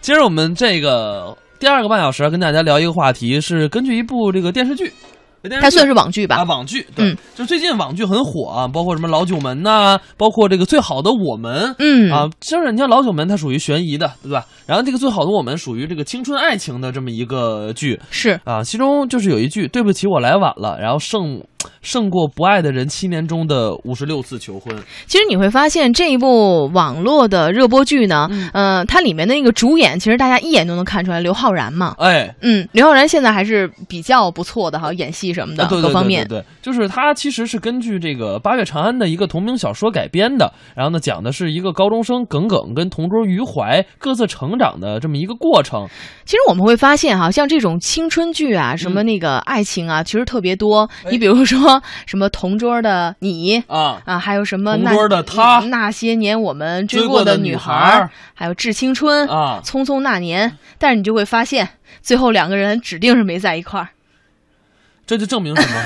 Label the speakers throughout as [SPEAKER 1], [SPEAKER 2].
[SPEAKER 1] 今儿我们这个第二个半小时跟大家聊一个话题，是根据一部这个电视剧，电视剧
[SPEAKER 2] 它算是网剧
[SPEAKER 1] 啊
[SPEAKER 2] 吧？
[SPEAKER 1] 网剧，对，
[SPEAKER 2] 嗯
[SPEAKER 1] 就最近网剧很火啊，包括什么《老九门》呐，包括这个《最好的我们》
[SPEAKER 2] 嗯
[SPEAKER 1] 啊，就是你像《老九门》它属于悬疑的，对吧？然后这个《最好的我们》属于这个青春爱情的这么一个剧
[SPEAKER 2] 是
[SPEAKER 1] 啊，其中就是有一句“对不起，我来晚了”，然后胜胜过不爱的人七年中的五十六次求婚，
[SPEAKER 2] 其实你会发现这一部网络的热播剧呢，
[SPEAKER 1] 嗯
[SPEAKER 2] 呃，它里面的那个主演，其实大家一眼就能看出来刘昊然嘛。
[SPEAKER 1] 哎，
[SPEAKER 2] 嗯，刘昊然现在还是比较不错的哈，演戏什么的、
[SPEAKER 1] 啊对对
[SPEAKER 2] 各方面。
[SPEAKER 1] 对对对，就是它其实是根据这个八月长安的一个同名小说改编的，然后呢讲的是一个高中生耿耿跟同桌余淮各自成长的这么一个过程。
[SPEAKER 2] 其实我们会发现哈、像这种青春剧啊，什么那个爱情啊，其实特别多。
[SPEAKER 1] 嗯哎
[SPEAKER 2] 你比如说什么同桌的你。
[SPEAKER 1] 啊，
[SPEAKER 2] 啊，还有什么
[SPEAKER 1] 同
[SPEAKER 2] 那
[SPEAKER 1] 桌的她
[SPEAKER 2] 那些年我们
[SPEAKER 1] 追
[SPEAKER 2] 追
[SPEAKER 1] 过
[SPEAKER 2] 过
[SPEAKER 1] 的
[SPEAKER 2] 的
[SPEAKER 1] 女
[SPEAKER 2] 女
[SPEAKER 1] 孩
[SPEAKER 2] 孩
[SPEAKER 1] 儿
[SPEAKER 2] 儿，还有致青春
[SPEAKER 1] 啊
[SPEAKER 2] 匆匆那年，但是你就会发现，最后两个人指定是没在一块儿。
[SPEAKER 1] 这就证明什么？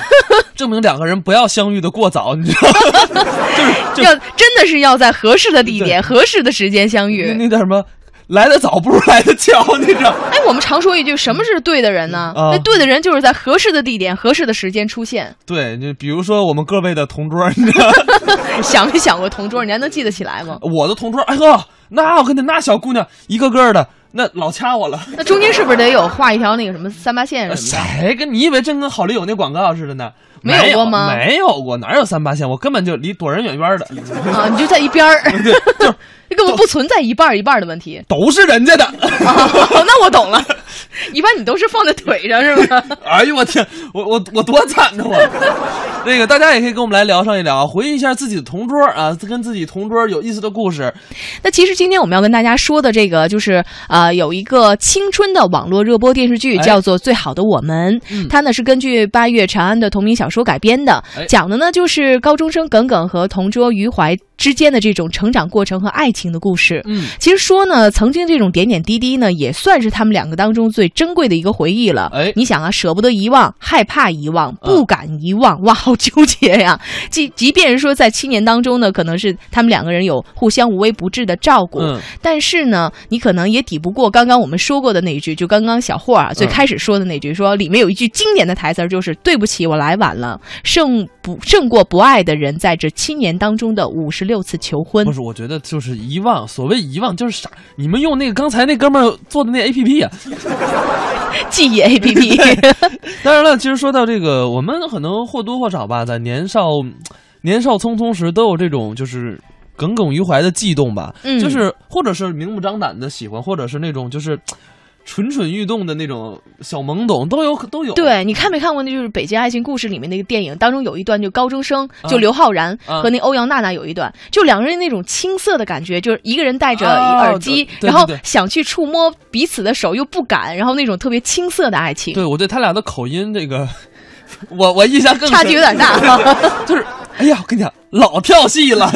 [SPEAKER 1] 证明两个人不要相遇的过早，你知道吗？就是 就
[SPEAKER 2] 要真的是要在合适的地点、合适的时间相
[SPEAKER 1] 那
[SPEAKER 2] 遇。
[SPEAKER 1] 那叫什么？来得早不如来得巧，你知道吗？
[SPEAKER 2] 哎，我们常说一句，什么是对的人呢？
[SPEAKER 1] 啊
[SPEAKER 2] 那对的人就是在合适的地点、合适的时间出现。
[SPEAKER 1] 对，就比如说我们各位的同桌，你知道吗，
[SPEAKER 2] 想没想过同桌，你还能记得起来吗？
[SPEAKER 1] 我的同桌，哎呵，那我跟你那小姑娘一个个的，那老掐我了。
[SPEAKER 2] 那中间是不是得有画一条那个什么三八线什么的？
[SPEAKER 1] 谁跟你以为真跟好丽友那广告似的呢？
[SPEAKER 2] 没有过吗
[SPEAKER 1] 没有过，哪有三八线？我根本就离躲人远远的，
[SPEAKER 2] 啊，你就在一边儿，
[SPEAKER 1] 就是
[SPEAKER 2] 这根本不存在一半儿一半儿的问题。
[SPEAKER 1] 都是人家的。
[SPEAKER 2] 哦， 那我懂了，一般你都是放在腿上是吗？
[SPEAKER 1] 哎呦我天，我我我多惨呐我！那个大家也可以跟我们来聊上一聊，回忆一下自己的同桌啊，跟自己同桌有意思的故事。
[SPEAKER 2] 那其实今天我们要跟大家说的这个，就是呃，有一个青春的网络热播电视剧
[SPEAKER 1] 哎
[SPEAKER 2] 叫做《最好的我们》，
[SPEAKER 1] 嗯
[SPEAKER 2] 它呢是根据八月长安的同名小说改编的，
[SPEAKER 1] 哎
[SPEAKER 2] 讲的呢就是高中生耿耿和同桌余淮之间的这种成长过程和爱情的故事。
[SPEAKER 1] 嗯，
[SPEAKER 2] 其实说呢，曾经这种点点滴滴呢，也算是他们两个当中最珍贵的一个回忆了。
[SPEAKER 1] 哎
[SPEAKER 2] 你想啊，舍不得遗忘，害怕遗忘，
[SPEAKER 1] 嗯
[SPEAKER 2] 不敢遗忘， 哇，好纠结呀！即即便是说在七年当中呢，可能是他们两个人有互相无微不至的照顾，
[SPEAKER 1] 嗯
[SPEAKER 2] 但是呢，你可能也抵不过刚刚我们说过的那一句，就刚刚小霍啊最
[SPEAKER 1] 嗯
[SPEAKER 2] 开始说的那句，说里面有一句经典的台词儿，就是“对不起，我来 晚了”，胜不胜过不爱的人在这七年当中的五十六次求婚
[SPEAKER 1] 不。是，我觉得就是遗忘，所谓遗忘就是傻。你们用那个刚才那哥们儿做的那 A P P 啊呀、
[SPEAKER 2] 记忆 A P P，
[SPEAKER 1] 当然了，其实说到这个，我们可能或多或少吧，在年少年少匆匆时都有这种就是耿耿于怀的悸动吧，
[SPEAKER 2] 嗯
[SPEAKER 1] 就是或者是明目张胆的喜欢，或者是那种就是蠢蠢欲动的那种小懵懂都有都有。，
[SPEAKER 2] 对，你看没看过那就是《北京爱情故事》里面那个电影，当中有一段就高中生，
[SPEAKER 1] 啊
[SPEAKER 2] 就刘昊然
[SPEAKER 1] 啊
[SPEAKER 2] 和那欧阳娜娜有一段，就两个人那种青涩的感觉，就是一个人戴着
[SPEAKER 1] 哦
[SPEAKER 2] 耳机，
[SPEAKER 1] 对
[SPEAKER 2] 然后
[SPEAKER 1] 对对
[SPEAKER 2] 想去触摸彼此的手又不敢，然后那种特别青涩的爱情，
[SPEAKER 1] 对我对他俩的口音这个，我我印象更深
[SPEAKER 2] 差距有点，大，
[SPEAKER 1] 就是哎呀，我跟你讲，老跳戏了。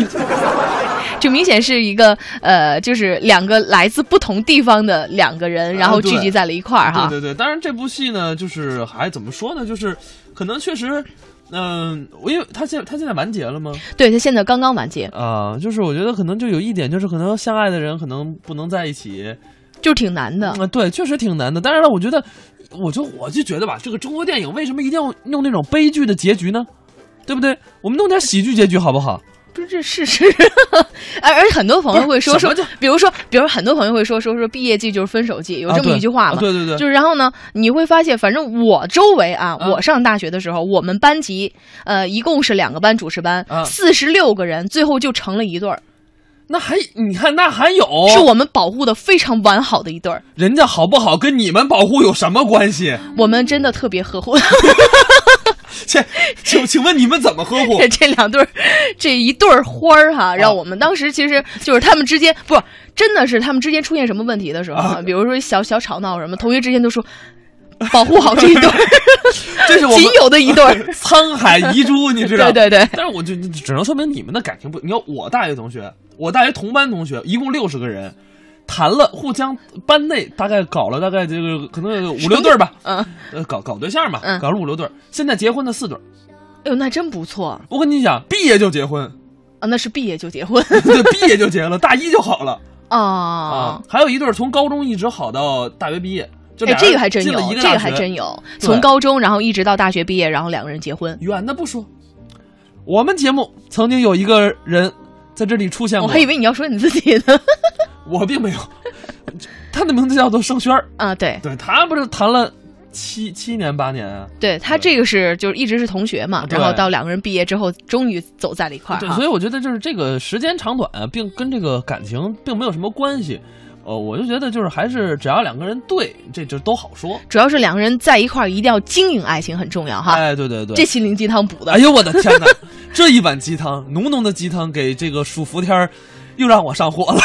[SPEAKER 2] 就明显是一个呃，就是两个来自不同地方的两个人，然
[SPEAKER 1] 啊
[SPEAKER 2] 后
[SPEAKER 1] 对
[SPEAKER 2] 聚集在了一块儿哈。
[SPEAKER 1] 对对对，当然这部戏呢，就是还怎么说呢，就是可能确实。嗯，我因为他现他现在完结了吗？
[SPEAKER 2] 对他现在刚刚完结，
[SPEAKER 1] 啊、就是我觉得可能就有一点，就是可能相爱的人可能不能在一起，
[SPEAKER 2] 就是挺难的。
[SPEAKER 1] 嗯，对，确实挺难的。当然了，我觉得，我就我就觉得吧，这个中国电影为什么一定要弄那种悲剧的结局呢？对不对？我们弄点喜剧结局好不好？
[SPEAKER 2] 不是是是， 而而且很多朋友会说
[SPEAKER 1] 不是什
[SPEAKER 2] 说
[SPEAKER 1] 么叫，
[SPEAKER 2] 比如说，比如很多朋友会说说说毕业季就是分手季，有
[SPEAKER 1] 啊
[SPEAKER 2] 这么
[SPEAKER 1] 对
[SPEAKER 2] 一句话
[SPEAKER 1] 啊
[SPEAKER 2] 嘛？
[SPEAKER 1] 对对对，
[SPEAKER 2] 就是然后呢，你会发现，反正我周围啊，
[SPEAKER 1] 啊
[SPEAKER 2] 我上大学的时候，我们班级呃一共是两个班主持班
[SPEAKER 1] 啊，
[SPEAKER 2] 四十六个人，最后就成了一对儿，
[SPEAKER 1] 那还你看那还有
[SPEAKER 2] 是我们保护的非常完好的一对儿，
[SPEAKER 1] 人家好不好跟你们保护有什么关系？
[SPEAKER 2] 我们真的特别呵护
[SPEAKER 1] 请请请问你们怎么呵护？
[SPEAKER 2] 这两对儿，这一对儿花儿
[SPEAKER 1] 哦
[SPEAKER 2] 哈，让我们当时其实就是他们之间不真的是他们之间出现什么问题的时候，
[SPEAKER 1] 啊
[SPEAKER 2] 比如说小小吵闹什么，同学之间都说。保护好这一对 儿，
[SPEAKER 1] 这是我们
[SPEAKER 2] 仅有的一对儿。
[SPEAKER 1] 沧海遗珠，你 知道？
[SPEAKER 2] 对对对
[SPEAKER 1] 但是我就只能说明你们的感情不。你看我大学同学，我大学同班同学，一共六十个人，谈了互相班内大概搞了大概这个可能有五六对儿吧，
[SPEAKER 2] 嗯，
[SPEAKER 1] 呃，搞搞对象嘛，
[SPEAKER 2] 嗯
[SPEAKER 1] 搞了五六对儿。现在结婚的四对儿，
[SPEAKER 2] 哎呦，那真不错啊！
[SPEAKER 1] 我跟你讲，毕业就结婚，
[SPEAKER 2] 那是毕业就结婚
[SPEAKER 1] 对，毕业就结了，大一就好了。
[SPEAKER 2] 哦
[SPEAKER 1] 啊，，还有一对儿从高中一直好到大学毕业，就
[SPEAKER 2] 哎，
[SPEAKER 1] 俩人
[SPEAKER 2] 这个还真
[SPEAKER 1] 进
[SPEAKER 2] 有
[SPEAKER 1] 了一，个
[SPEAKER 2] 这
[SPEAKER 1] 大
[SPEAKER 2] 个
[SPEAKER 1] 学
[SPEAKER 2] 还真有，
[SPEAKER 1] 对
[SPEAKER 2] 从高中然后一直到大学毕业，然后两个人结婚。
[SPEAKER 1] 远的不说，我们节目曾经有一个人在这里出现
[SPEAKER 2] 我
[SPEAKER 1] 过，
[SPEAKER 2] 还以为你要说你自己呢。
[SPEAKER 1] 我并没有，他的名字叫做盛轩儿，
[SPEAKER 2] 啊，对
[SPEAKER 1] 对他不是谈了七七年八年啊，
[SPEAKER 2] 对，他这个是就是一直是同学嘛，
[SPEAKER 1] 对
[SPEAKER 2] 然后到两个人毕业之后，终于走在了一块儿
[SPEAKER 1] 对，
[SPEAKER 2] 哈
[SPEAKER 1] 所以我觉得就是这个时间长短、啊、并跟这个感情并没有什么关系。呃，我就觉得就是还是只要两个人对，这就都好说。
[SPEAKER 2] 主要是两个人在一块儿，一定要经营爱情很重要哈。
[SPEAKER 1] 哎，对对对，
[SPEAKER 2] 这心灵鸡汤补的
[SPEAKER 1] 哎，呦我的天哪！这一碗鸡汤，浓浓的鸡汤给这个暑伏天儿，又让我上火了。